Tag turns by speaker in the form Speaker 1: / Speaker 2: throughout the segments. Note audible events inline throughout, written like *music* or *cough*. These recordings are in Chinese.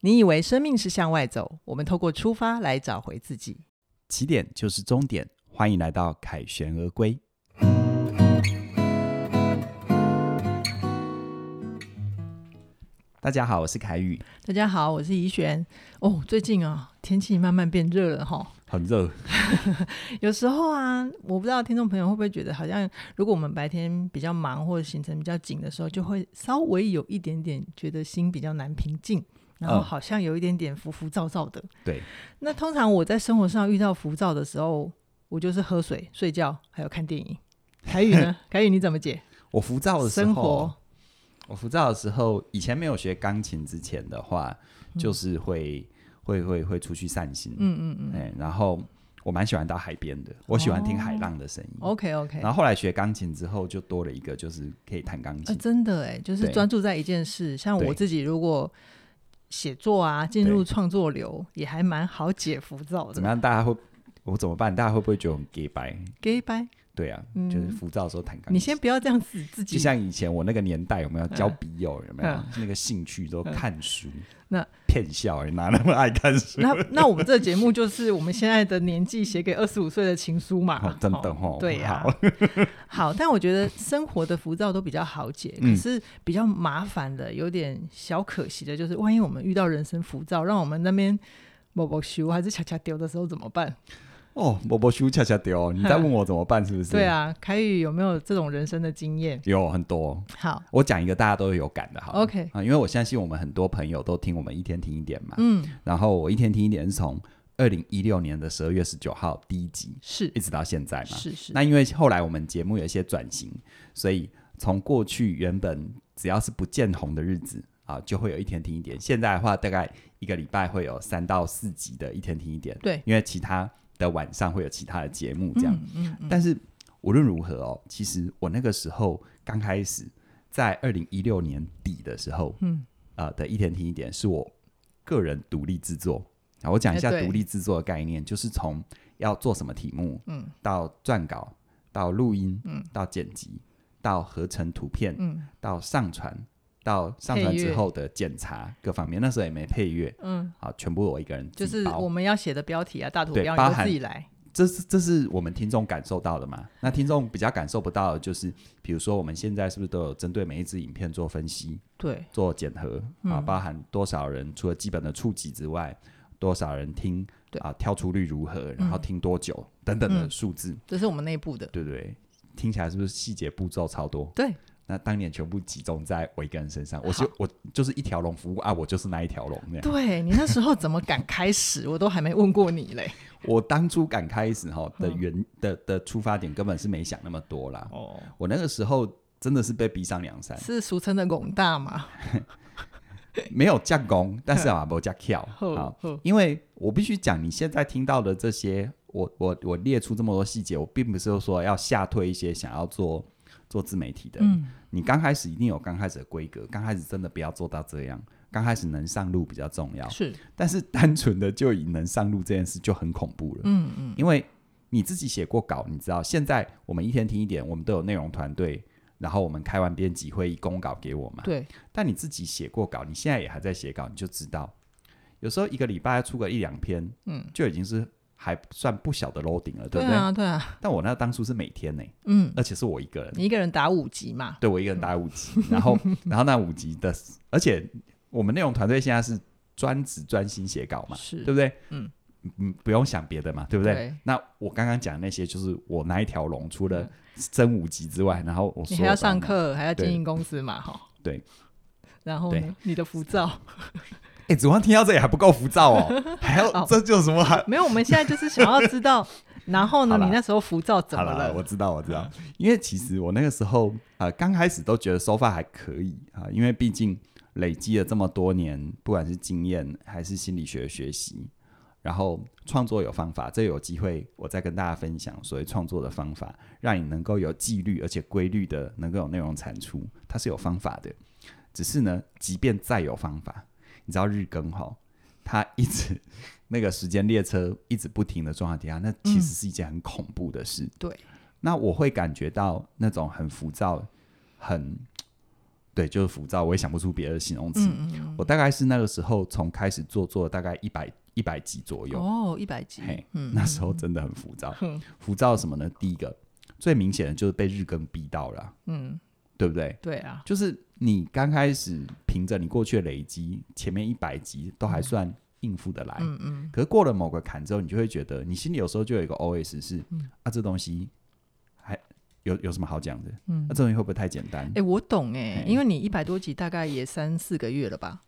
Speaker 1: 你以为生命是向外走，我们透过出发来找回自己。
Speaker 2: 起点就是终点，欢迎来到凯旋而归。大家好，我是凯宇，
Speaker 1: 大家好，我是怡璇。哦，最近啊，天气慢慢变热了哈。
Speaker 2: 很热，
Speaker 1: 有时候啊，我不知道听众朋友会不会觉得，好像如果我们白天比较忙或者行程比较紧的时候，就会稍微有一点点觉得心比较难平静，然后
Speaker 2: 嗯
Speaker 1: 好像有一点点浮浮躁躁的。
Speaker 2: 对，
Speaker 1: 那通常我在生活上遇到浮躁的时候，我就是喝水、睡觉，还有看电 *laughs* 影。凯宇呢？凯宇你怎么 *laughs* 解？
Speaker 2: 我浮躁的时
Speaker 1: 生活
Speaker 2: 候，我浮躁的时候，以前没有学钢琴之前的话，就是会、会会会出去散心，
Speaker 1: 嗯嗯嗯
Speaker 2: 哎、然后我蛮喜欢到海边的，我喜欢听海浪的声音。
Speaker 1: ，OK OK。
Speaker 2: 然后后来学钢琴之后，就多了一个，就是可以弹钢
Speaker 1: 呃，
Speaker 2: 琴。
Speaker 1: 真的哎，就是
Speaker 2: 嗯对
Speaker 1: 专注在一件事，像我
Speaker 2: 对
Speaker 1: 自己如果写作啊，进入
Speaker 2: 对
Speaker 1: 创作流，也还蛮好解浮躁
Speaker 2: 怎么
Speaker 1: 的。
Speaker 2: 样？大家会我怎么办？大家会不会觉得我很 gay 白？
Speaker 1: gay 拜，
Speaker 2: 对啊，
Speaker 1: 嗯
Speaker 2: 就是浮躁的时候弹钢琴。
Speaker 1: 你先不要这样子自
Speaker 2: 就
Speaker 1: 己。
Speaker 2: 像以前我那个年代，有没有交笔友？有没有、
Speaker 1: 嗯
Speaker 2: 那个兴趣都看书？
Speaker 1: *laughs* 那
Speaker 2: 骗笑、欸，哪那么爱看书？
Speaker 1: 那那我们这个节目就是我们现在的年纪写给二十五岁的情书嘛，
Speaker 2: 哦真的哦
Speaker 1: 啊对呀、
Speaker 2: 好
Speaker 1: 好，但我觉得生活的浮躁都比较好解，
Speaker 2: 嗯
Speaker 1: 可是比较麻烦的，有点小可惜的，就是万一我们遇到人生浮躁，让我们那边某某修还是恰恰丢的时候怎么办？
Speaker 2: 哦，波波修恰恰丢，哦你在问我怎么办？是不是？
Speaker 1: 嗯对，啊，凯宇有没有这种人生的经验？
Speaker 2: 有很多。
Speaker 1: 好，
Speaker 2: 我讲一个大家都有感的好了
Speaker 1: OK
Speaker 2: 啊，因为我相信我们很多朋友都听我们一天听一点嘛。
Speaker 1: 嗯，
Speaker 2: 然后我一天听一点是从二零一六年的十二月十九号第一集
Speaker 1: 是
Speaker 2: 一直到现在嘛。
Speaker 1: 是是，
Speaker 2: 那因为后来我们节目有一些转型，所以从过去原本只要是不见红的日子啊，就会有一天听一点。现在的话，大概一个礼拜会有三到四集的一天听一点，
Speaker 1: 对，
Speaker 2: 因为其他的晚上会有其他的节目这样。
Speaker 1: 嗯嗯嗯，
Speaker 2: 但是无论如何哦，其实我那个时候刚开始，在二零一六年底的时候，
Speaker 1: 嗯，
Speaker 2: 呃的一天听一点，是我个人独立制作。啊，我讲一下
Speaker 1: 哎对
Speaker 2: 独立制作的概念，就是从要做什么题目，
Speaker 1: 嗯，
Speaker 2: 到撰稿，到录音，嗯，到剪辑，到合成图片，
Speaker 1: 嗯，
Speaker 2: 到上传，到上传
Speaker 1: 配乐
Speaker 2: 之后的检查各方面。那时候也没配乐，
Speaker 1: 嗯，
Speaker 2: 啊，全部我一个人
Speaker 1: 就
Speaker 2: 自
Speaker 1: 是
Speaker 2: 己包
Speaker 1: 我们要写的标题啊，大图
Speaker 2: 对
Speaker 1: 标
Speaker 2: 包
Speaker 1: 你就
Speaker 2: 含
Speaker 1: 自己来，
Speaker 2: 这是这是我们听众感受到的嘛？那听众比较感受不到的就是，比如说我们现在是不是都有针对每一支影片做分析、
Speaker 1: 对，
Speaker 2: 做检核、
Speaker 1: 嗯
Speaker 2: 啊？包含多少人除了基本的触及之外，多少人听
Speaker 1: 对嗯
Speaker 2: 啊？跳出率如何？然后听多久、等等的数字，
Speaker 1: 这是我们内部的，
Speaker 2: 对不对？听起来是不是细节步骤超多？
Speaker 1: 对，
Speaker 2: 那当年全部集中在我一个人身上，我
Speaker 1: 好
Speaker 2: 就我就是一条龙服务啊，我就是那一条龙那样。
Speaker 1: 对你那时候怎么敢开始，我都还没问过你嘞，
Speaker 2: 我当初敢开始哈的原、的的出发点根本是没想那么多
Speaker 1: *laughs*
Speaker 2: 啦。
Speaker 1: 哦，
Speaker 2: 我那个时候真的是被逼上梁山，
Speaker 1: 是俗称的拱大嘛，
Speaker 2: 没有架功，
Speaker 1: *laughs*
Speaker 2: 但是啊，没架跳。啊
Speaker 1: 呵
Speaker 2: 好，
Speaker 1: 呵，
Speaker 2: 因为我必须讲，你现在听到的这些，我我我列出这么多细节，我并不是说要吓退一些想要做做自媒体的。
Speaker 1: 嗯，
Speaker 2: 你刚开始一定有刚开始的规格，刚开始真的不要做到这样，刚开始能上路比较重要。
Speaker 1: 是，
Speaker 2: 但是单纯的就以能上路这件事就很恐怖了。
Speaker 1: 嗯嗯，
Speaker 2: 因为你自己写过稿，你知道现在我们一天听一点，我们都有内容团队，然后我们开完编辑会议公稿给我嘛。
Speaker 1: 对，
Speaker 2: 但你自己写过稿，你现在也还在写稿，你就知道，有时候一个礼拜出个一两篇，
Speaker 1: 嗯，
Speaker 2: 就已经是还算不小的 loading 了，对不对？
Speaker 1: 啊对
Speaker 2: *laughs*
Speaker 1: 啊，
Speaker 2: 但我那当初是每天呢、
Speaker 1: 嗯，
Speaker 2: 而且是我一个人，
Speaker 1: 你一个人打五级嘛，
Speaker 2: 对我一个人打五集， *laughs* 然后然后那五集的，而且我们内容团队现在是专职专心写稿嘛，
Speaker 1: 是
Speaker 2: 对不对？
Speaker 1: 嗯
Speaker 2: 嗯，不用想别的嘛，对不对？
Speaker 1: 对
Speaker 2: 那我刚刚讲的那些，就是我那一条龙，除了
Speaker 1: 嗯
Speaker 2: 真五集之外，然后我
Speaker 1: 你
Speaker 2: 所
Speaker 1: 还
Speaker 2: 有
Speaker 1: 要
Speaker 2: 档
Speaker 1: 上
Speaker 2: 案，
Speaker 1: 课，还要
Speaker 2: 对
Speaker 1: 经营公司嘛，哈，
Speaker 2: *laughs* 对。
Speaker 1: 然后
Speaker 2: 对
Speaker 1: 呢，你的浮躁。
Speaker 2: 哎，子光听到这里还不够浮躁
Speaker 1: *laughs*
Speaker 2: 哦，还要、
Speaker 1: 哦
Speaker 2: 这就有什么好？
Speaker 1: 没有，我们现在就是想要知
Speaker 2: *laughs*
Speaker 1: 道，然后呢，
Speaker 2: 好啦
Speaker 1: 你那时候浮躁怎
Speaker 2: 好
Speaker 1: 么
Speaker 2: 了，我
Speaker 1: 了？嗯
Speaker 2: 知道，我知道，因为其实我那个时候啊，呃刚开始都觉得收发还可以啊、因为毕竟累积了这么多年，不管是经验还是心理学的学习，然后创作有方法，这有机会我再跟大家分享所谓创作的方法，让你能够有纪律而且规律的能够有内容产出，它是有方法的。只是呢，即便再有方法，你知道日更哈，它一直 *laughs* 那个时间列车一直不停的状态底下，那其实是一件很恐怖的事。
Speaker 1: 嗯对，
Speaker 2: 那我会感觉到那种很浮躁、很对，就是浮躁，我也想不出别的形容词。
Speaker 1: 嗯嗯
Speaker 2: 我大概是那个时候从开始做做了大概一百一百集左
Speaker 1: 嗯，
Speaker 2: 右，
Speaker 1: 哦，一百集，
Speaker 2: 嘿，
Speaker 1: 嗯
Speaker 2: 那时候真的很浮躁。
Speaker 1: 哼
Speaker 2: 浮躁什么呢？第一个最明显的就是被日更逼到了啊，
Speaker 1: *laughs* 嗯，
Speaker 2: 对不对？
Speaker 1: 对啊，
Speaker 2: 就是你刚开始凭着你过去的累积，前面一百集都还算应付得来，
Speaker 1: 嗯嗯，
Speaker 2: 可是过了某个坎之后，你就会觉得你心里有时候就有一个 OS 是、啊，这东西还有有什么好讲的？
Speaker 1: 嗯
Speaker 2: 那、这东西会不会太简单
Speaker 1: 哎、？我懂哎、
Speaker 2: 嘿
Speaker 1: 因为你一百多集大概也三四个月了吧？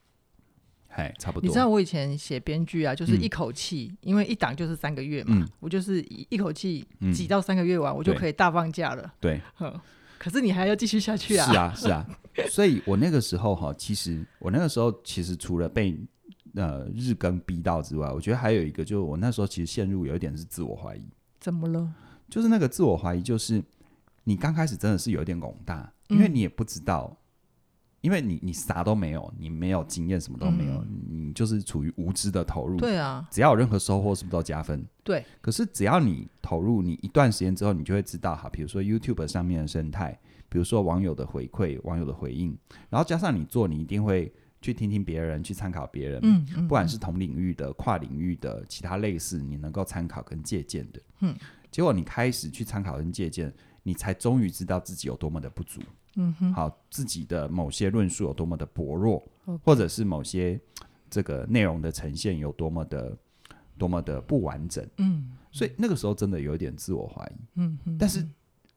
Speaker 2: 哎，差不多。
Speaker 1: 你知道我以前写编剧啊，就是
Speaker 2: 嗯
Speaker 1: 一口气，因为一档就是三个月嘛，
Speaker 2: 嗯
Speaker 1: 我就是一一口气
Speaker 2: 嗯
Speaker 1: 挤到三个月完，我就
Speaker 2: 对
Speaker 1: 可以大放假了。
Speaker 2: 对，
Speaker 1: 哼，可是你还要继续下去啊？
Speaker 2: 是，啊，是啊。所以我那个时候哈，其实我那个时候其实除了被呃日更逼到之外，我觉得还有一个，就是我那时候其实陷入有一点是自我怀疑，
Speaker 1: 怎么了？
Speaker 2: 就是那个自我怀疑，就是你刚开始真的是有一点拱大，因为
Speaker 1: 嗯
Speaker 2: 你也不知道，因为你你啥都没有，你没有经验，什么都没有，你就是处于无知的投入。
Speaker 1: 嗯对啊，
Speaker 2: 只要有任何收获，是不是都加分？
Speaker 1: 对。
Speaker 2: 可是只要你投入，你一段时间之后，你就会知道哈，比如说 YouTube 上面的生态，比如说网友的回馈、网友的回应，然后加上你做，你一定会去听听别人，去参考别人，
Speaker 1: 嗯嗯，
Speaker 2: 不管是同领域的、跨领域的、其他类似你能够参考跟借鉴的，
Speaker 1: 嗯，
Speaker 2: 结果你开始去参考跟借鉴，你才终于知道自己有多么的不足，
Speaker 1: 嗯哼，
Speaker 2: 好，自己的某些论述有多么的薄弱
Speaker 1: OK
Speaker 2: 或者是某些这个内容的呈现有多么的多么的不完整，
Speaker 1: 嗯
Speaker 2: 所以那个时候真的有一点自我怀疑，
Speaker 1: 嗯嗯，
Speaker 2: 但是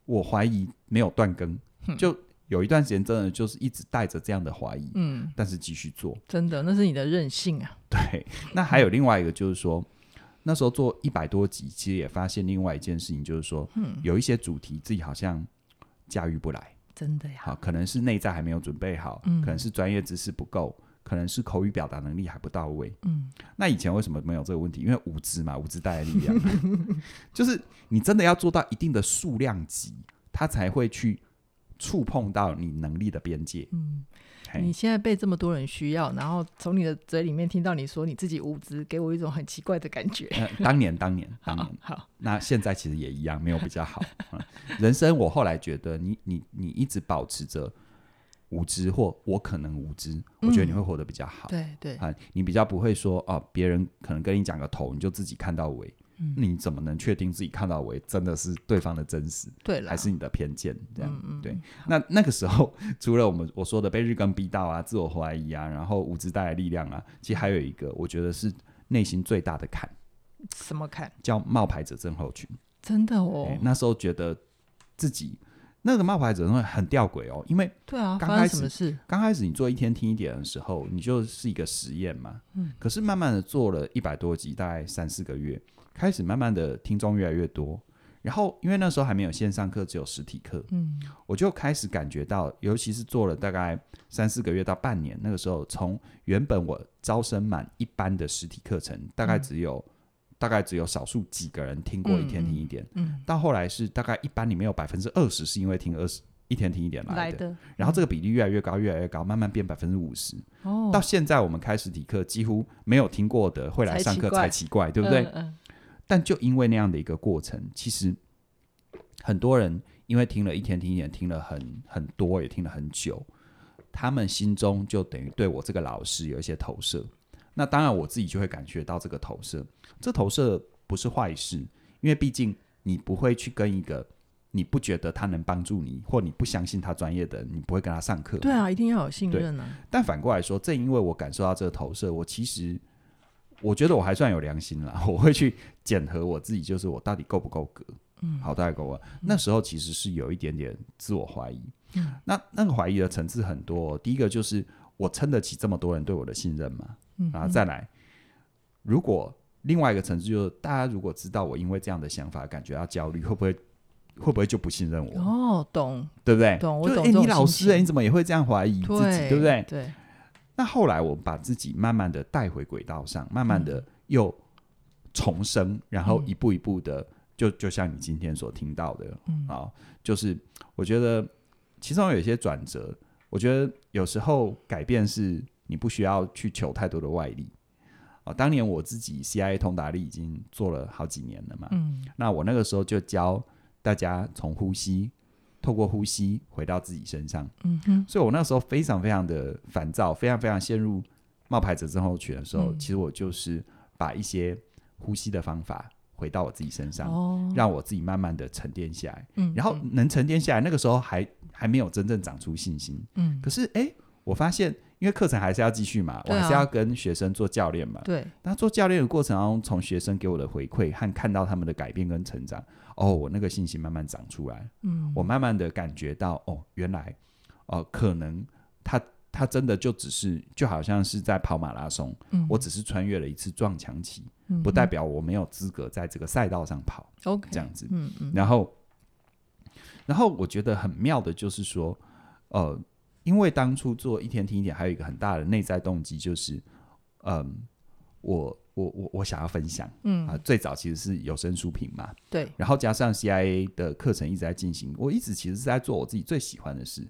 Speaker 2: 我怀疑没有断更，
Speaker 1: 嗯
Speaker 2: 就有一段时间真的就是一直带着这样的怀疑，
Speaker 1: 嗯，
Speaker 2: 但是继续做，
Speaker 1: 真的，那是你的任性啊。
Speaker 2: *laughs* 对，那还有另外一个就是说，那时候做一百多集，其实也发现另外一件事情，就是说，
Speaker 1: 嗯
Speaker 2: 有一些主题自己好像驾驭不来，
Speaker 1: 真的呀，
Speaker 2: 好，可能是内在还没有准备好，
Speaker 1: 嗯
Speaker 2: 可能是专业知识不够，可能是口语表达能力还不到位。
Speaker 1: 嗯，
Speaker 2: 那以前为什么没有这个问题？因为无知嘛，无知带来力量，
Speaker 1: *laughs*
Speaker 2: 就是你真的要做到一定的数量级，它才会去触碰到你能力的边界。
Speaker 1: 嗯，
Speaker 2: 嘿
Speaker 1: 你现在被这么多人需要，然后从你的嘴里面听到你说你自己无知，给我一种很奇怪的感觉。
Speaker 2: 呃，当年，当年，当年
Speaker 1: 好，好，
Speaker 2: 那现在其实也一样，没有比较好。 *laughs* 嗯、人生我后来觉得你，你你一直保持着无知，或我可能无知，我觉得你会活得比较好。
Speaker 1: 嗯对对，
Speaker 2: 啊，你比较不会说哦，别人可能跟你讲个头，你就自己看到尾。
Speaker 1: 嗯
Speaker 2: 你怎么能确定自己看到尾真的是对方的真实，
Speaker 1: 对了，
Speaker 2: 还是你的偏见？这样、
Speaker 1: 嗯嗯
Speaker 2: 对。那那个时候，除了我们我说的被日更逼到啊、自我怀疑啊，然后无知带来力量啊，其实还有一个，我觉得是内心最大的坎，
Speaker 1: 什么看？
Speaker 2: 叫冒牌者症候群。
Speaker 1: 真的哦，
Speaker 2: 欸那时候觉得自己那个冒牌者会很吊诡哦，因为
Speaker 1: 对啊，
Speaker 2: 刚
Speaker 1: 发生
Speaker 2: 开
Speaker 1: 什么事？
Speaker 2: 刚开始你做一天听一点的时候，你就是一个实验嘛，
Speaker 1: 嗯，
Speaker 2: 可是慢慢的做了一百多集，大概三四个月，开始慢慢的听众越来越多。然后，因为那时候还没有线上课，只有实体课，
Speaker 1: 嗯
Speaker 2: 我就开始感觉到，尤其是做了大概三四个月到半年，那个时候从原本我招生满一般的实体课程，大概
Speaker 1: 嗯
Speaker 2: 只有、大概只有少数几个人听过一天听一点，
Speaker 1: 嗯，
Speaker 2: 到后来是大概一班里面有百分之二十是因为听二十一天听一点来
Speaker 1: 嗯来
Speaker 2: 的，
Speaker 1: 的
Speaker 2: 然后这个比例越来越高，越来越高，慢慢变百分之五十。
Speaker 1: 哦，
Speaker 2: 到现在我们开实体课，几乎没有听过的会来上课才
Speaker 1: 才
Speaker 2: 奇怪，对不对？
Speaker 1: 嗯嗯
Speaker 2: 但就因为那样的一个过程，其实很多人因为听了一天听一点，听了很很多，也听了很久，他们心中就等于对我这个老师有一些投射。那当然，我自己就会感觉到这个投射，这投射不是坏事，因为毕竟你不会去跟一个你不觉得他能帮助你，或你不相信他专业的人，你不会跟他上课。
Speaker 1: 对啊，一定要有信任啊。
Speaker 2: 但反过来说，正因为我感受到这个投射，我其实我觉得我还算有良心啦，我会去检核我自己，就是我到底够不够格，嗯，好，大概够不够？那时候其实是有一点点自我怀疑，嗯，那那个怀疑的层次很多哦、第一个就是我撑得起这么多人对我的信任吗？
Speaker 1: 嗯
Speaker 2: 然后再来，如果另外一个层次就是大家如果知道我因为这样的想法感觉到焦虑，会不会会不会就不信任我？
Speaker 1: 哦，懂，
Speaker 2: 对不对？
Speaker 1: 懂我
Speaker 2: 就是
Speaker 1: 懂
Speaker 2: 诶
Speaker 1: 这种
Speaker 2: 你老
Speaker 1: 心
Speaker 2: 师、
Speaker 1: 情
Speaker 2: 诶你怎么也会这样怀疑自己，
Speaker 1: 对，
Speaker 2: 对不对？
Speaker 1: 对，
Speaker 2: 那后来我把自己慢慢的带回轨道上，慢慢
Speaker 1: 嗯
Speaker 2: 的又重生，然后一步一步的，就就像你今天所听到的，
Speaker 1: 嗯
Speaker 2: 啊，就是我觉得其中有一些转折，我觉得有时候改变是你不需要去求太多的外力。啊，当年我自己 CIA 通达力已经做了好几年了嘛，
Speaker 1: 嗯
Speaker 2: 那我那个时候就教大家从呼吸透过呼吸回到自己身上。
Speaker 1: 嗯哼，
Speaker 2: 所以我那时候非常非常的烦躁，非常非常陷入冒牌者症候群的时候，
Speaker 1: 嗯
Speaker 2: 其实我就是把一些呼吸的方法回到我自己身上，
Speaker 1: 哦，
Speaker 2: 让我自己慢慢的沉淀下来。
Speaker 1: 嗯
Speaker 2: 然后能沉淀下来，那个时候还还没有真正长出信心。
Speaker 1: 嗯，
Speaker 2: 可是哎、诶我发现因为课程还是要继续嘛，我
Speaker 1: 对啊
Speaker 2: 还是要跟学生做教练嘛。
Speaker 1: 对，
Speaker 2: 那做教练的过程当中，从学生给我的回馈和看到他们的改变跟成长，哦，我那个信心慢慢长出来。
Speaker 1: 嗯，
Speaker 2: 我慢慢的感觉到，哦，原来，哦，可能他他真的就只是就好像是在跑马拉松，
Speaker 1: 嗯
Speaker 2: 我只是穿越了一次撞墙期，
Speaker 1: 嗯
Speaker 2: 不
Speaker 1: 哼
Speaker 2: 代表我没有资格在这个赛道上跑
Speaker 1: OK
Speaker 2: 这，样子。
Speaker 1: 嗯嗯，
Speaker 2: 然后，然后我觉得很妙的就是说，呃，因为当初做一天听一点，还有一个很大的内在动机就是，嗯、我我我我想要分享啊、
Speaker 1: 嗯
Speaker 2: 最早其实是有声书评嘛，
Speaker 1: 对，
Speaker 2: 然后加上 CIA 的课程一直在进行，我一直其实是在做我自己最喜欢的事，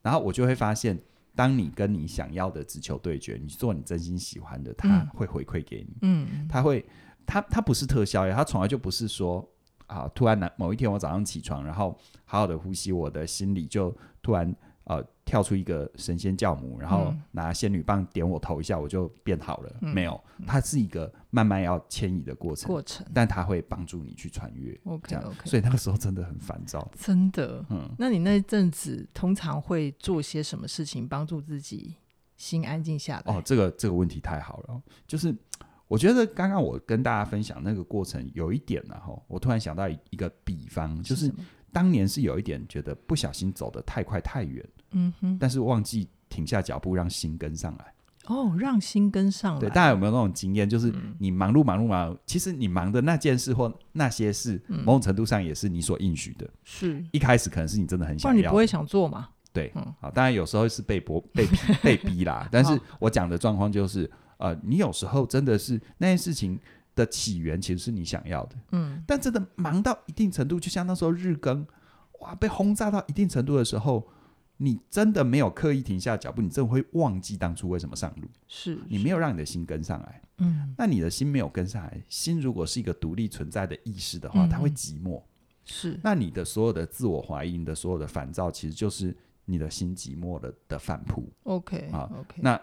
Speaker 2: 然后我就会发现，当你跟你想要的直球对决，你做你真心喜欢的，他
Speaker 1: 嗯
Speaker 2: 会回馈给你，
Speaker 1: 嗯
Speaker 2: 他会，他他不是特效药，他从来就不是说啊，突然哪某一天我早上起床，然后好好的呼吸，我的心里就突然呃跳出一个神仙教母，然后
Speaker 1: 嗯
Speaker 2: 拿仙女棒点我头一下，我就变好了，
Speaker 1: 嗯
Speaker 2: 没有，它是一个慢慢要迁移的过程，
Speaker 1: 过程
Speaker 2: 但它会帮助你去穿越。这
Speaker 1: OK
Speaker 2: 样
Speaker 1: OK，
Speaker 2: 所以那个时候真的很烦躁。
Speaker 1: 真的，
Speaker 2: 嗯，
Speaker 1: 那你那一阵子通常会做些什么事情帮助自己心安静下来？
Speaker 2: 哦，这个这个问题太好了哦，就是我觉得刚刚我跟大家分享那个过程有一点呢，哈，我突然想到一一个比方，就是是
Speaker 1: 什么
Speaker 2: 当年是有一点觉得不小心走得太快太远，
Speaker 1: 嗯哼，
Speaker 2: 但是忘记停下脚步让心跟上来。
Speaker 1: 哦，让心跟上
Speaker 2: 对，
Speaker 1: 来，嗯
Speaker 2: 大家有没有那种经验？就是你忙碌忙碌忙碌，其实你忙的那件事或那些事，
Speaker 1: 嗯
Speaker 2: 某种程度上也是你所应许的。
Speaker 1: 是，
Speaker 2: 一开始可能是你真的很
Speaker 1: 不
Speaker 2: 想
Speaker 1: 然你
Speaker 2: 要
Speaker 1: 不
Speaker 2: 的，
Speaker 1: 会想做嘛？
Speaker 2: 对，
Speaker 1: 嗯
Speaker 2: 啊，当然有时候是被迫
Speaker 1: *laughs*
Speaker 2: 被逼被逼啦，但是我讲的状况就是，呃，你有时候真的是那件事情的起源其实是你想要的，
Speaker 1: 嗯
Speaker 2: 但真的忙到一定程度，就像那时候日更，哇，被轰炸到一定程度的时候。你真的没有刻意停下脚步，你真的会忘记当初为什么上路。
Speaker 1: 是，
Speaker 2: 你没有让你的心跟上来，
Speaker 1: 嗯
Speaker 2: 那你的心没有跟上来，心如果是一个独立存在的意识的话，
Speaker 1: 嗯
Speaker 2: 它会寂寞。
Speaker 1: 是，
Speaker 2: 那你的所有的自我怀疑，你的所有的烦躁，其实就是你的心寂寞的的反扑。
Speaker 1: OK
Speaker 2: *laughs* 啊
Speaker 1: OK，
Speaker 2: 那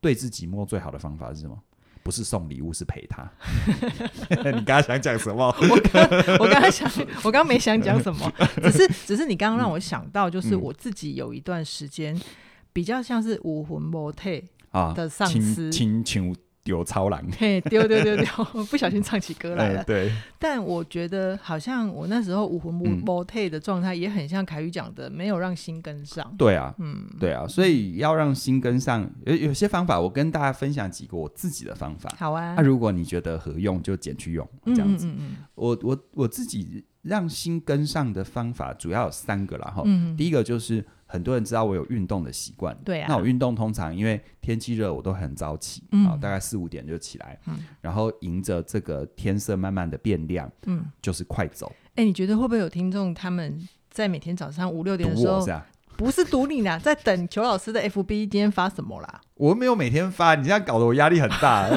Speaker 2: 对治寂寞最好的方法是什么？不是送礼物，是陪他。 *laughs* 你刚刚想讲什么？
Speaker 1: 我刚刚想，我刚刚没想讲什
Speaker 2: *laughs*
Speaker 1: 么，只是只是你刚刚让我想到，
Speaker 2: 嗯
Speaker 1: 就是我自己有一段时间比较像是武魂不退
Speaker 2: 啊，
Speaker 1: 的上
Speaker 2: 亲
Speaker 1: 司，
Speaker 2: 亲请丢超狼。
Speaker 1: 嘿，丢丢丢丢，不小心唱起歌来
Speaker 2: 哎，
Speaker 1: 了。
Speaker 2: 对，
Speaker 1: 但我觉得好像我那时候武魂不
Speaker 2: 嗯
Speaker 1: 不退的状态，也很像凯宇讲的，没有让心跟上。
Speaker 2: 对啊，
Speaker 1: 嗯，
Speaker 2: 对啊，所以要让心跟上。有有些方法，我跟大家分享几个我自己的方法。
Speaker 1: 好啊
Speaker 2: 那、，如果你觉得合用，就减去用，这
Speaker 1: 嗯
Speaker 2: 样
Speaker 1: 嗯
Speaker 2: 子。
Speaker 1: 嗯嗯
Speaker 2: 我我我自己让心跟上的方法主要有三个啦，哈、
Speaker 1: 嗯，
Speaker 2: 第一个就是很多人知道我有运动的习惯，
Speaker 1: 对啊
Speaker 2: 那我运动通常因为天气热，我都很早起，啊、
Speaker 1: 嗯
Speaker 2: 大概四五点就起来，
Speaker 1: 嗯
Speaker 2: 然后迎着这个天色慢慢的变亮，
Speaker 1: 嗯，
Speaker 2: 就是快走，
Speaker 1: 哎，你觉得会不会有听众他们在每天早上五六
Speaker 2: 堵
Speaker 1: 点的时
Speaker 2: 我
Speaker 1: 候
Speaker 2: 是，吧？
Speaker 1: 不是读你啦，在等裘老师的 FB 今天发什么啦？
Speaker 2: 我没有每天发，你这样搞得我压力很
Speaker 1: *laughs*
Speaker 2: 大，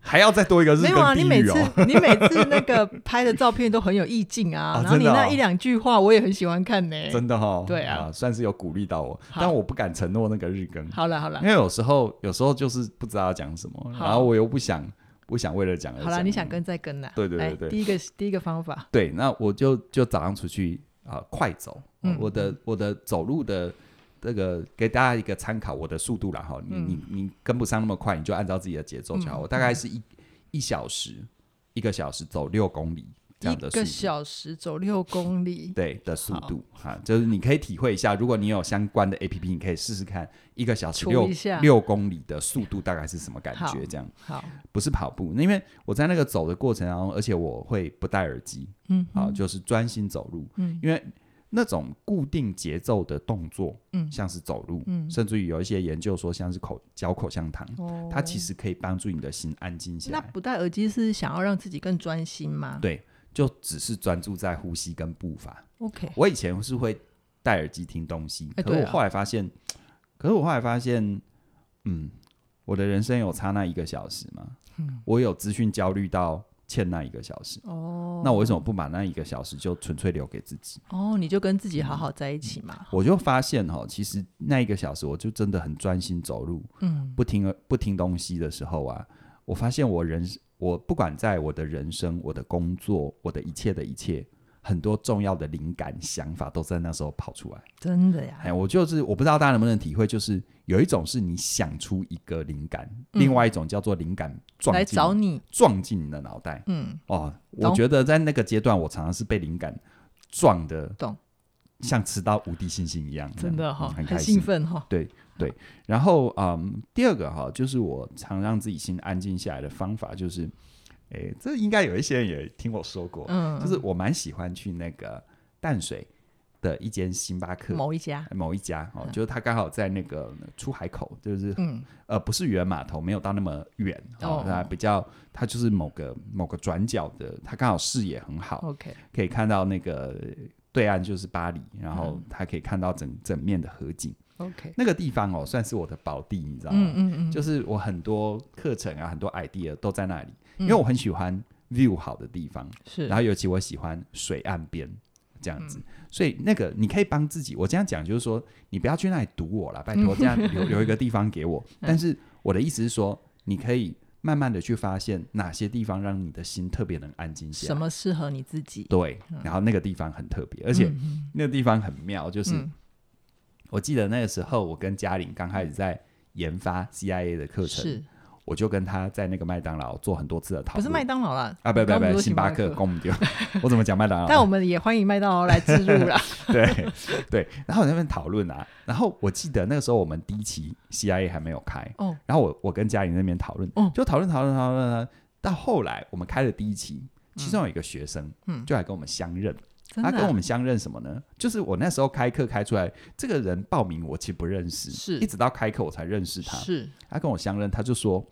Speaker 2: 还要再多一个日
Speaker 1: 没
Speaker 2: 更
Speaker 1: 有啊，你
Speaker 2: 地
Speaker 1: 每
Speaker 2: 狱
Speaker 1: 次
Speaker 2: 哦。
Speaker 1: 你每次那个拍的照片都很有意境
Speaker 2: *laughs*
Speaker 1: 啊，
Speaker 2: 哦
Speaker 1: 然后你
Speaker 2: 真的哦
Speaker 1: 那一两句话我也很喜欢看呢、
Speaker 2: 真的哈、哦，
Speaker 1: 对啊
Speaker 2: 算是有鼓励到我，
Speaker 1: 好
Speaker 2: 但我不敢承诺那个日更，
Speaker 1: 好了好了
Speaker 2: 因为有时候有时候就是不知道要讲什么，
Speaker 1: 好
Speaker 2: 然后我又不想不想为了讲而讲。
Speaker 1: 好了，你想跟再跟啦。
Speaker 2: 对对对
Speaker 1: 来
Speaker 2: 对
Speaker 1: 第一个第一个方法，
Speaker 2: 对，那我就就早上出去啊、快走。
Speaker 1: 嗯
Speaker 2: 我的我的走路的这个给大家一个参考，我的速度啦哈。你、你你跟不上那么快，你就按照自己的节奏就好。
Speaker 1: 嗯
Speaker 2: 我大概是一一小时，一个小时走六公里这
Speaker 1: 一
Speaker 2: 样
Speaker 1: 个
Speaker 2: 的速度。
Speaker 1: 小时走六公里，
Speaker 2: 对的速度哈，就是你可以体会一下，如果你有相关的 A P P，你可以试试看一个小时
Speaker 1: 除
Speaker 2: 六
Speaker 1: 一下
Speaker 2: 六公里的速度大概是什么感
Speaker 1: 好
Speaker 2: 觉？这样
Speaker 1: 好，
Speaker 2: 不是跑步，因为我在那个走的过程当中，而且我会不戴耳机，
Speaker 1: 嗯，
Speaker 2: 啊，就是专心走路，
Speaker 1: 嗯
Speaker 2: 因为那种固定节奏的动作，
Speaker 1: 嗯
Speaker 2: 像是走路，
Speaker 1: 嗯
Speaker 2: 甚至于有一些研究说像是口嚼口香糖，
Speaker 1: 哦
Speaker 2: 它其实可以帮助你的心安静下
Speaker 1: 那
Speaker 2: 来，
Speaker 1: 不戴耳机是想要让自己更专心吗？
Speaker 2: 对，就只是专注在呼吸跟步伐。
Speaker 1: ，OK，
Speaker 2: 我以前是会戴耳机听东西，
Speaker 1: 哎
Speaker 2: 可是
Speaker 1: 对
Speaker 2: 我
Speaker 1: 啊
Speaker 2: 后来发现，可是我后来发现，
Speaker 1: 嗯
Speaker 2: 嗯，我的人生有差那一个小时吗？我有资讯焦虑到欠那一个小时。
Speaker 1: 哦，
Speaker 2: 那我为什么不把那一个小时就纯粹留给自己？
Speaker 1: 哦，你就跟自己好
Speaker 2: 嗯
Speaker 1: 好在一起嘛。
Speaker 2: 我就发现哈，其实那一个小时我就真的很专心走路，
Speaker 1: 嗯，
Speaker 2: 不听不听东西的时候啊，我发现我人我不管在我的人生、我的工作、我的一切的一切，很多重要的灵感、想法都在那时候跑出来。
Speaker 1: 真的呀。
Speaker 2: 哎，我就是我不知道大家能不能体会，就是有一种是你想出一个灵感，
Speaker 1: 嗯
Speaker 2: 另外一种叫做灵感撞
Speaker 1: 来
Speaker 2: 进
Speaker 1: 找你，
Speaker 2: 撞进你的脑袋。
Speaker 1: 嗯，
Speaker 2: 哦，我
Speaker 1: 懂
Speaker 2: 觉得在那个阶段，我常常是被灵感撞的，
Speaker 1: 懂，
Speaker 2: 像吃到无敌星星一样，
Speaker 1: 真的哈、
Speaker 2: 嗯很
Speaker 1: 很
Speaker 2: 开
Speaker 1: 兴
Speaker 2: 心。
Speaker 1: 奋哈、
Speaker 2: 然后，嗯，第二个哈，就是我常让自己心安静下来的方法，就是，诶，这应该有一些人也听我说过，
Speaker 1: 嗯，
Speaker 2: 哦就是我蛮喜欢去那个淡水的一间星巴克。
Speaker 1: 某一家，
Speaker 2: 某一家哦，
Speaker 1: 嗯
Speaker 2: 就是他刚好在那个出海口，就是、
Speaker 1: 嗯，
Speaker 2: 呃不是渔人码头，没有到那么远哦
Speaker 1: 哦，
Speaker 2: 那、比较它就是某个某个转角的，它刚好视野很好，
Speaker 1: OK，
Speaker 2: 可以看到那个对岸就是巴黎，然后
Speaker 1: 嗯
Speaker 2: 它可以看到整整面的河景。
Speaker 1: OK，
Speaker 2: 那个地方哦，算是我的宝地，你知道吗
Speaker 1: 嗯？嗯嗯，
Speaker 2: 就是我很多课程啊，很多 idea 都在那里，
Speaker 1: 因
Speaker 2: 因为我很喜欢 view 好的地方，
Speaker 1: 是，
Speaker 2: 然
Speaker 1: 后
Speaker 2: 后尤其我喜欢水岸边这样
Speaker 1: 嗯
Speaker 2: 子，所以那个你可以帮自己。我这样讲就是说，你不要去那里堵我了，拜
Speaker 1: 嗯
Speaker 2: 托，这样留留一个地方
Speaker 1: *laughs*
Speaker 2: 给我。但是我的意思是说，你可以慢慢的去发现哪些地方让你的心特别能安静下来。
Speaker 1: 什么适合你自己，
Speaker 2: 对
Speaker 1: 嗯，
Speaker 2: 然后那个地方很特别，而且
Speaker 1: 嗯嗯
Speaker 2: 那个地方很妙，就是、
Speaker 1: 嗯
Speaker 2: 我记得那个时候我跟嘉玲刚开始在研发 CIA 的课程，
Speaker 1: 是
Speaker 2: 我就跟她在那个麦当劳做很多次的讨
Speaker 1: 不
Speaker 2: 论。
Speaker 1: 是麦当劳啦？
Speaker 2: 啊，不
Speaker 1: 刚刚
Speaker 2: 不不，
Speaker 1: 说
Speaker 2: 星巴克，啊
Speaker 1: 克，
Speaker 2: 公不丢， *laughs* 我怎么讲麦当劳？
Speaker 1: 但我们也欢迎麦当劳来自入啦。
Speaker 2: *laughs* 对对，然后我在那边讨论啊，然后我记得那个时候我们第一期 CIA 还没有开，
Speaker 1: 哦，
Speaker 2: 然后我我跟嘉玲那边讨论，
Speaker 1: 哦
Speaker 2: 就讨论讨论讨论呢，到后来我们开了第一期，其中有一个学生，
Speaker 1: 嗯
Speaker 2: 就来跟我们相认，
Speaker 1: 真的
Speaker 2: 他
Speaker 1: 啊、
Speaker 2: 跟我们相认什么呢？就是我那时候开课开出来，这个人报名我其实不认识，
Speaker 1: 是
Speaker 2: 一直到开课我才认识他，
Speaker 1: 是
Speaker 2: 他跟我相认，他就说。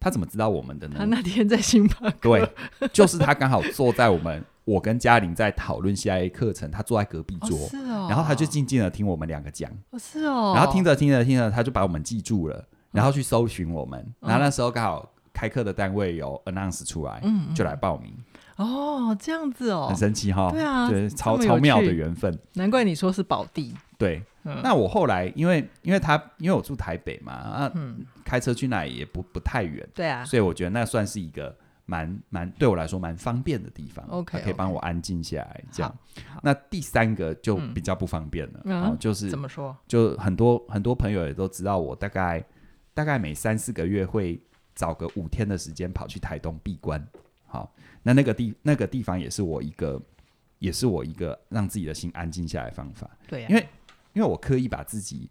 Speaker 2: 他怎么知道我们的呢？
Speaker 1: 他那天在星巴克，
Speaker 2: 嗯对，就是他刚好坐在我们，我跟嘉玲在讨论 CIA 课程，他坐在隔壁
Speaker 1: 哦
Speaker 2: 桌，
Speaker 1: 是哦，
Speaker 2: 然后他就静静的听我们两个讲，
Speaker 1: 哦是哦，
Speaker 2: 然后听着听着听着，他就把我们记住了，然后去搜寻我们，
Speaker 1: 嗯
Speaker 2: 然后那时候刚好开课的单位有 announce 出来，
Speaker 1: 嗯，嗯
Speaker 2: 就来报名，
Speaker 1: 哦，这样子哦
Speaker 2: 很，神奇哈、
Speaker 1: 对啊
Speaker 2: 对，超
Speaker 1: 这么有
Speaker 2: 超妙
Speaker 1: 趣
Speaker 2: 的缘分，
Speaker 1: 难怪你说是宝地，
Speaker 2: 对。
Speaker 1: 嗯
Speaker 2: *laughs* 那我后来因为因为他因为我住台北嘛，啊，
Speaker 1: 嗯，
Speaker 2: 开车去那里也不不太远，
Speaker 1: 对啊，
Speaker 2: 所以我觉得那算是一个蛮蛮对我来说蛮方便的地方
Speaker 1: OK，
Speaker 2: 它可以
Speaker 1: OK
Speaker 2: 帮我安静下来。这样
Speaker 1: 好，
Speaker 2: 那第三个就
Speaker 1: 嗯
Speaker 2: 比较不方便了，
Speaker 1: 嗯
Speaker 2: 哦、就是
Speaker 1: 怎么说？
Speaker 2: 就很多很多朋友也都知道，我大概大概每三四个月会找个五天的时间跑去台东闭关。好，那那个地那个地方也是我一个也是我一个让自己的心安静下来的方法，
Speaker 1: 对、啊，
Speaker 2: 因为因为我刻意把自己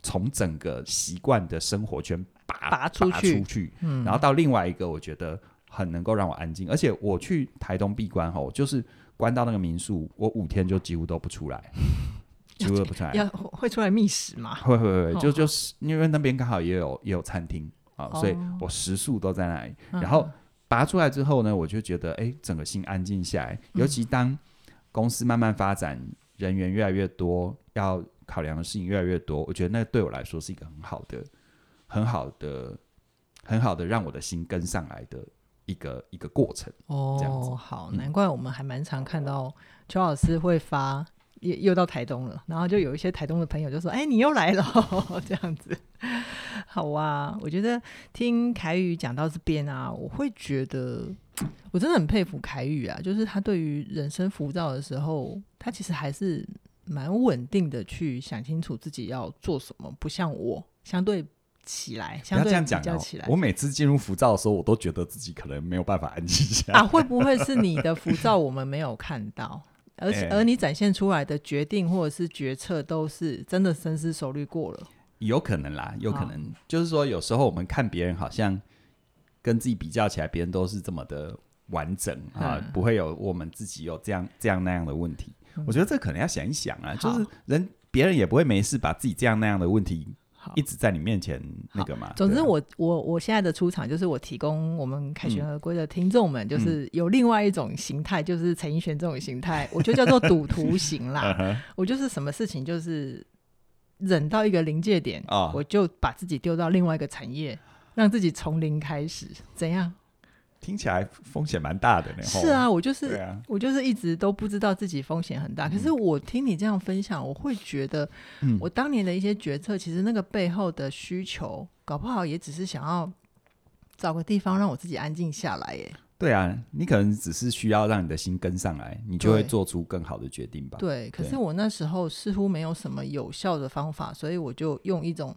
Speaker 2: 从整个习惯的生活圈拔
Speaker 1: 拔出去
Speaker 2: 出去
Speaker 1: 嗯，
Speaker 2: 然后到另外一个，我觉得很能够让我安静。而且我去台东闭关后，就是关到那个民宿，我五天就几乎都不
Speaker 1: *laughs*
Speaker 2: 出来，几乎都不出来。
Speaker 1: 要会出来觅食嘛，
Speaker 2: 会会会，
Speaker 1: 哦
Speaker 2: 就就是因为那边刚好也有也有餐厅啊，
Speaker 1: 哦
Speaker 2: 所以我食宿都在那里。
Speaker 1: 嗯
Speaker 2: 然后拔出来之后呢，我就觉得哎，整个心安静下来。
Speaker 1: 嗯
Speaker 2: 尤其当公司慢慢发展，人员越来越多，要考量的事情越来越多，我觉得那对我来说是一个很好的、很好的、很好的让我的心跟上来的一个一个过程。这样子
Speaker 1: 哦，好，
Speaker 2: 嗯
Speaker 1: 难怪我们还蛮常看到邱老师会发。也又到台东了，然后就有一些台东的朋友就说：“哎、你又来了哦，这样子。”好啊，我觉得听凯宇讲到这边啊，我会觉得我真的很佩服凯宇啊，就是他对于人生浮躁的时候，他其实还是蛮稳定的去想清楚自己要做什么，不像我相对起来，
Speaker 2: 不
Speaker 1: 相
Speaker 2: 要这
Speaker 1: 对
Speaker 2: 样
Speaker 1: 比
Speaker 2: 讲
Speaker 1: 较
Speaker 2: 哦
Speaker 1: 起来，，
Speaker 2: 我每次进入浮躁的时候，我都觉得自己可能没有办法安静下
Speaker 1: *laughs*
Speaker 2: 来。
Speaker 1: 啊，会不会是你的浮躁我们没有看到，而且、
Speaker 2: 哎
Speaker 1: 而你展现出来的决定或者是决策都是真的深思熟虑过了，
Speaker 2: 有可能啦，有可
Speaker 1: 哦
Speaker 2: 能，就是说有时候我们看别人好像跟自己比较起来，别人都是这么的完整啊，
Speaker 1: 嗯
Speaker 2: 不会有我们自己有这样这样那样的问题。我觉得这可能要想一想啊，
Speaker 1: 好
Speaker 2: 就是人别人也不会没事把自己这样那样的问题
Speaker 1: 好
Speaker 2: 一。直在你面前那个嘛。
Speaker 1: 总
Speaker 2: 对
Speaker 1: 之
Speaker 2: 啊
Speaker 1: 我，我我现在的出场就是我提供我们凯
Speaker 2: 嗯
Speaker 1: 旋而归的听众们，就是有另外一种形态，就是陈奕迅这种形态，我就叫做赌徒型
Speaker 2: *laughs* 嗯
Speaker 1: 啦。我就是什么事情就是忍到一个临界点，
Speaker 2: 哦
Speaker 1: 我就把自己丢到另外一个产业，让自己从零开始，怎样？
Speaker 2: 听起来风险蛮大的呢。哎吼
Speaker 1: 是，啊，我就是
Speaker 2: 对啊，
Speaker 1: 我就是一直都不知道自己风险很大，可是我听你这样分享，我会觉得
Speaker 2: 嗯，
Speaker 1: 我当年的一些决策，其实那个背后的需求，搞不好也只是想要找个地方让我自己安静下来。耶。
Speaker 2: 对啊，你可能只是需要让你的心跟上来，你就会
Speaker 1: 对
Speaker 2: 做出更好的决定吧。
Speaker 1: 对，可
Speaker 2: 对
Speaker 1: 是我那时候似乎没有什么有效的方法，所以我就用一种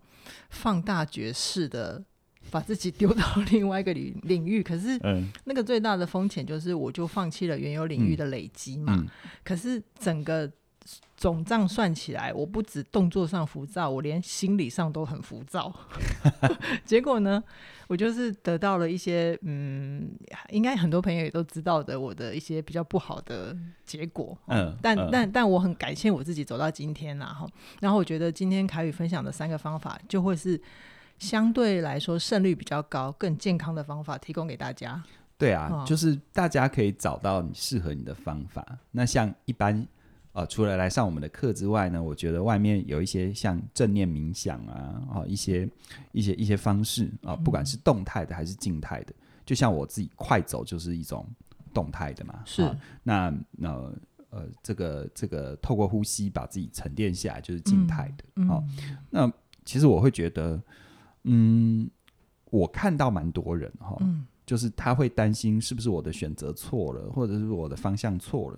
Speaker 1: 放大觉式的。把自己丢到另外一个领领域，可是
Speaker 2: 嗯
Speaker 1: 那个最大的风险就是，我就放弃了原有领域的累积嘛。
Speaker 2: 嗯，
Speaker 1: 可是整个总账算起来，我不止动作上浮躁，我连心理上都很浮躁。 *laughs* 结果呢，我就是得到了一些嗯，应该很多朋友也都知道的我的一些比较不好的结果。
Speaker 2: 嗯
Speaker 1: 但、
Speaker 2: 嗯
Speaker 1: 但但我很感谢我自己走到今天啦哈。然后我觉得今天凯宇分享的三个方法，就会是相对来说胜率比较高、更健康的方法，提供给大家。
Speaker 2: 对啊，
Speaker 1: 哦
Speaker 2: 就是大家可以找到你适合你的方法。那像一般呃，除了来上我们的课之外呢，我觉得外面有一些像正念冥想啊，哦，一些一些一些方式啊、不管是
Speaker 1: 嗯
Speaker 2: 动态的还是静态的，就像我自己快走就是一种动态的嘛，
Speaker 1: 是
Speaker 2: 啊那那呃呃，这个这个透过呼吸把自己沉淀下来，就是静态的。
Speaker 1: 嗯
Speaker 2: 哦，那其实我会觉得，嗯，我看到蛮多人哈、
Speaker 1: 嗯
Speaker 2: 就是他会担心是不是我的选择错了，或者是我的方向错了。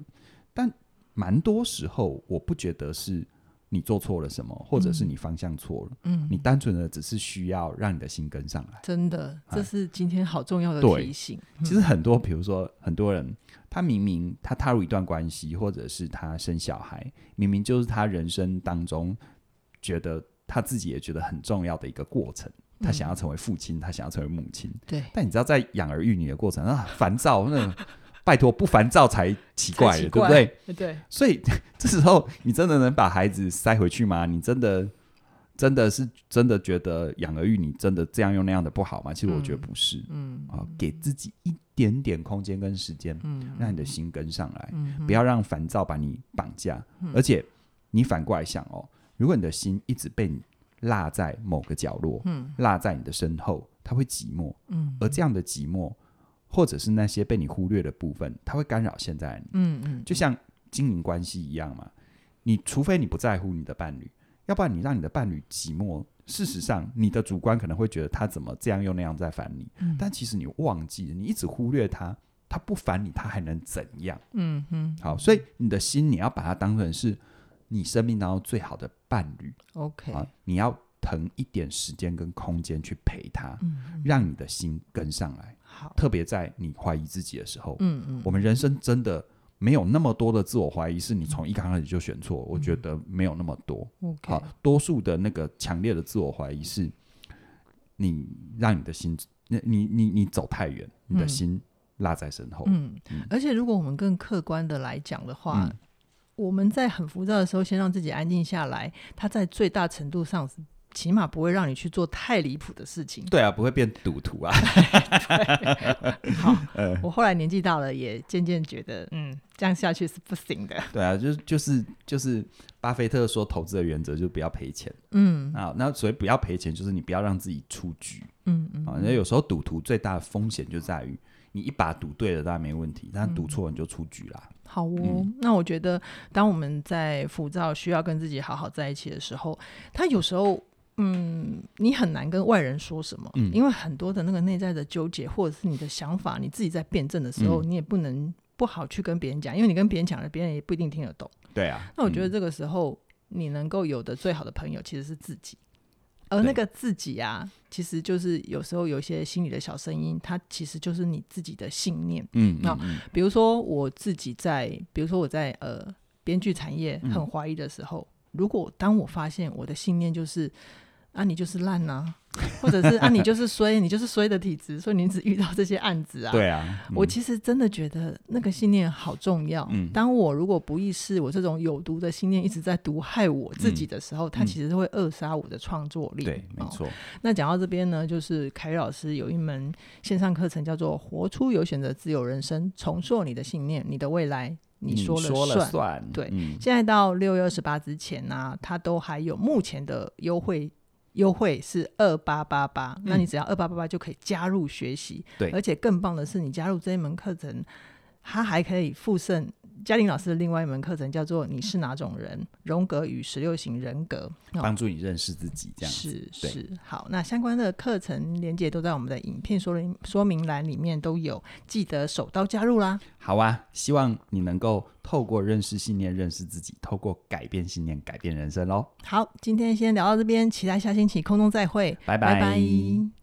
Speaker 2: 但蛮多时候，我不觉得是你做错了什么，或者是你方向错了，
Speaker 1: 嗯，
Speaker 2: 你单纯的只是需要让你的心跟上来。
Speaker 1: 真的，
Speaker 2: 哎
Speaker 1: 这是今天好重要的
Speaker 2: 对
Speaker 1: 提醒。
Speaker 2: 其实很多，比如说很多人，他明明他踏入一段关系，或者是他生小孩，明明就是他人生当中觉得他自己也觉得很重要的一个过程。他想
Speaker 1: 嗯
Speaker 2: 要成为父亲，他想要成为母亲，
Speaker 1: 对，
Speaker 2: 但你知道，在养儿育女的过程，那很烦躁，那种拜托不烦躁才奇怪
Speaker 1: 才
Speaker 2: 了，
Speaker 1: 奇
Speaker 2: 对不
Speaker 1: 怪
Speaker 2: 对？
Speaker 1: 对对，
Speaker 2: 所以 *laughs* 这时候你真的能把孩子塞回去吗？你真的真的是真的觉得养儿育女真的这样又那样的不好吗？其实我觉得不是。
Speaker 1: 嗯
Speaker 2: 啊，给自己一点点空间跟时间，
Speaker 1: 嗯
Speaker 2: 让你的心跟上来，
Speaker 1: 嗯
Speaker 2: 不要让烦躁把你绑架。而且你反过来想哦，如果你的心一直被你落在某个角落，
Speaker 1: 嗯
Speaker 2: 落在你的身后，它会寂寞，
Speaker 1: 嗯
Speaker 2: 而这样的寂寞，或者是那些被你忽略的部分，它会干扰现在的你。
Speaker 1: 嗯嗯，
Speaker 2: 就像经营关系一样嘛，你除非你不在乎你的伴侣，要不然你让你的伴侣寂寞。事实上，你的主观可能会觉得他怎么这样又那样在烦你，
Speaker 1: 嗯
Speaker 2: 但其实你忘记了，你一直忽略他，他不烦你，他还能怎样？
Speaker 1: 嗯嗯
Speaker 2: 好，所以你的心你要把它当成是你生命当中最好的伴侣
Speaker 1: ，OK，
Speaker 2: 啊，你要腾一点时间跟空间去陪他，
Speaker 1: 嗯
Speaker 2: 让你的心跟上来。
Speaker 1: 好，
Speaker 2: 特别在你怀疑自己的时候，
Speaker 1: 嗯嗯，
Speaker 2: 我们人生真的没有那么多的自我怀疑，是你从一刚开始就选错，我觉得没有那么多。
Speaker 1: 嗯 OK，
Speaker 2: 好，多数的那个强烈的自我怀疑是，你让你的心，你你你你走太远，你的
Speaker 1: 嗯
Speaker 2: 心落在身后。
Speaker 1: 嗯，而且如果我们更客观的来讲的话。
Speaker 2: 嗯
Speaker 1: 我们在很浮躁的时候，先让自己安静下来，它在最大程度上，起码不会让你去做太离谱的事情。
Speaker 2: 对啊，不会变赌徒啊。 *laughs*
Speaker 1: 好，我后来年纪大了，也渐渐觉得，嗯，这样下去是不行的。
Speaker 2: 对啊，就是就是就是，巴菲特说投资的原则就是不要赔钱
Speaker 1: 嗯
Speaker 2: 啊。那所以不要赔钱，就是你不要让自己出局
Speaker 1: 嗯嗯，
Speaker 2: 啊。那有时候赌徒最大的风险就在于，你一把赌对了当然没问题，但
Speaker 1: 嗯
Speaker 2: 赌错你就出局啦。
Speaker 1: 好哦，
Speaker 2: 嗯
Speaker 1: 那我觉得，当我们在浮躁、需要跟自己好好在一起的时候，他有时候，嗯，你很难跟外人说什么，
Speaker 2: 嗯
Speaker 1: 因为很多的那个内在的纠结，或者是你的想法，你自己在辩证的时候，
Speaker 2: 嗯
Speaker 1: 你也不能不好去跟别人讲，因为你跟别人讲了，别人也不一定听得懂。
Speaker 2: 对啊，
Speaker 1: 那我觉
Speaker 2: 嗯
Speaker 1: 得这个时候，你能够有的最好的朋友其实是自己。而
Speaker 2: 对
Speaker 1: 那个自己啊，其实就是有时候有一些心里的小声音，它其实就是你自己的信念。
Speaker 2: 嗯，
Speaker 1: 那
Speaker 2: 嗯嗯
Speaker 1: 比如说我自己在，比如说我在呃编剧产业
Speaker 2: 嗯
Speaker 1: 很怀疑的时候，如果当我发现我的信念就是啊 *laughs* 你就是烂呐、或者是啊你就是衰， *laughs* 你就是衰的体质，所以你只遇到这些案子啊。
Speaker 2: 对啊，
Speaker 1: 我
Speaker 2: 嗯
Speaker 1: 其实真的觉得那个信念好重要。
Speaker 2: 嗯
Speaker 1: 当我如果不意识我这种有毒的信念一直在毒害我自己的时候，它
Speaker 2: 嗯
Speaker 1: 其实会扼杀我的创作力。
Speaker 2: 对，没
Speaker 1: 哦
Speaker 2: 错，
Speaker 1: 那讲到这边呢，就是凯宇老师有一门线上课程叫做《活出有选择自由人生》，重塑你的信念，你的未来，你说了
Speaker 2: 嗯说
Speaker 1: 算。
Speaker 2: 了算，
Speaker 1: 对
Speaker 2: 嗯
Speaker 1: 啊现在到六月二十八之前呢、它都还有目前的优惠优惠是二八八八，那你只要二八八八就可以加入学习。
Speaker 2: 对
Speaker 1: 而且更棒的是，你加入这一门课程，它还可以附赠嘉玲老师的另外一门课程，叫做《你是哪种人：荣格与十六型人格》。哦
Speaker 2: 帮助你认识自己这样子。
Speaker 1: 是
Speaker 2: 对
Speaker 1: 是，好，那相关的课程连接都在我们的影片说明说明栏里面都有，记得手刀加入啦。
Speaker 2: 好啊，希望你能够透过认识信念认识自己，透过改变信念改变人生喽。
Speaker 1: 好，今天先聊到这边，期待下星期空中再会，
Speaker 2: 拜
Speaker 1: 拜
Speaker 2: 拜
Speaker 1: 拜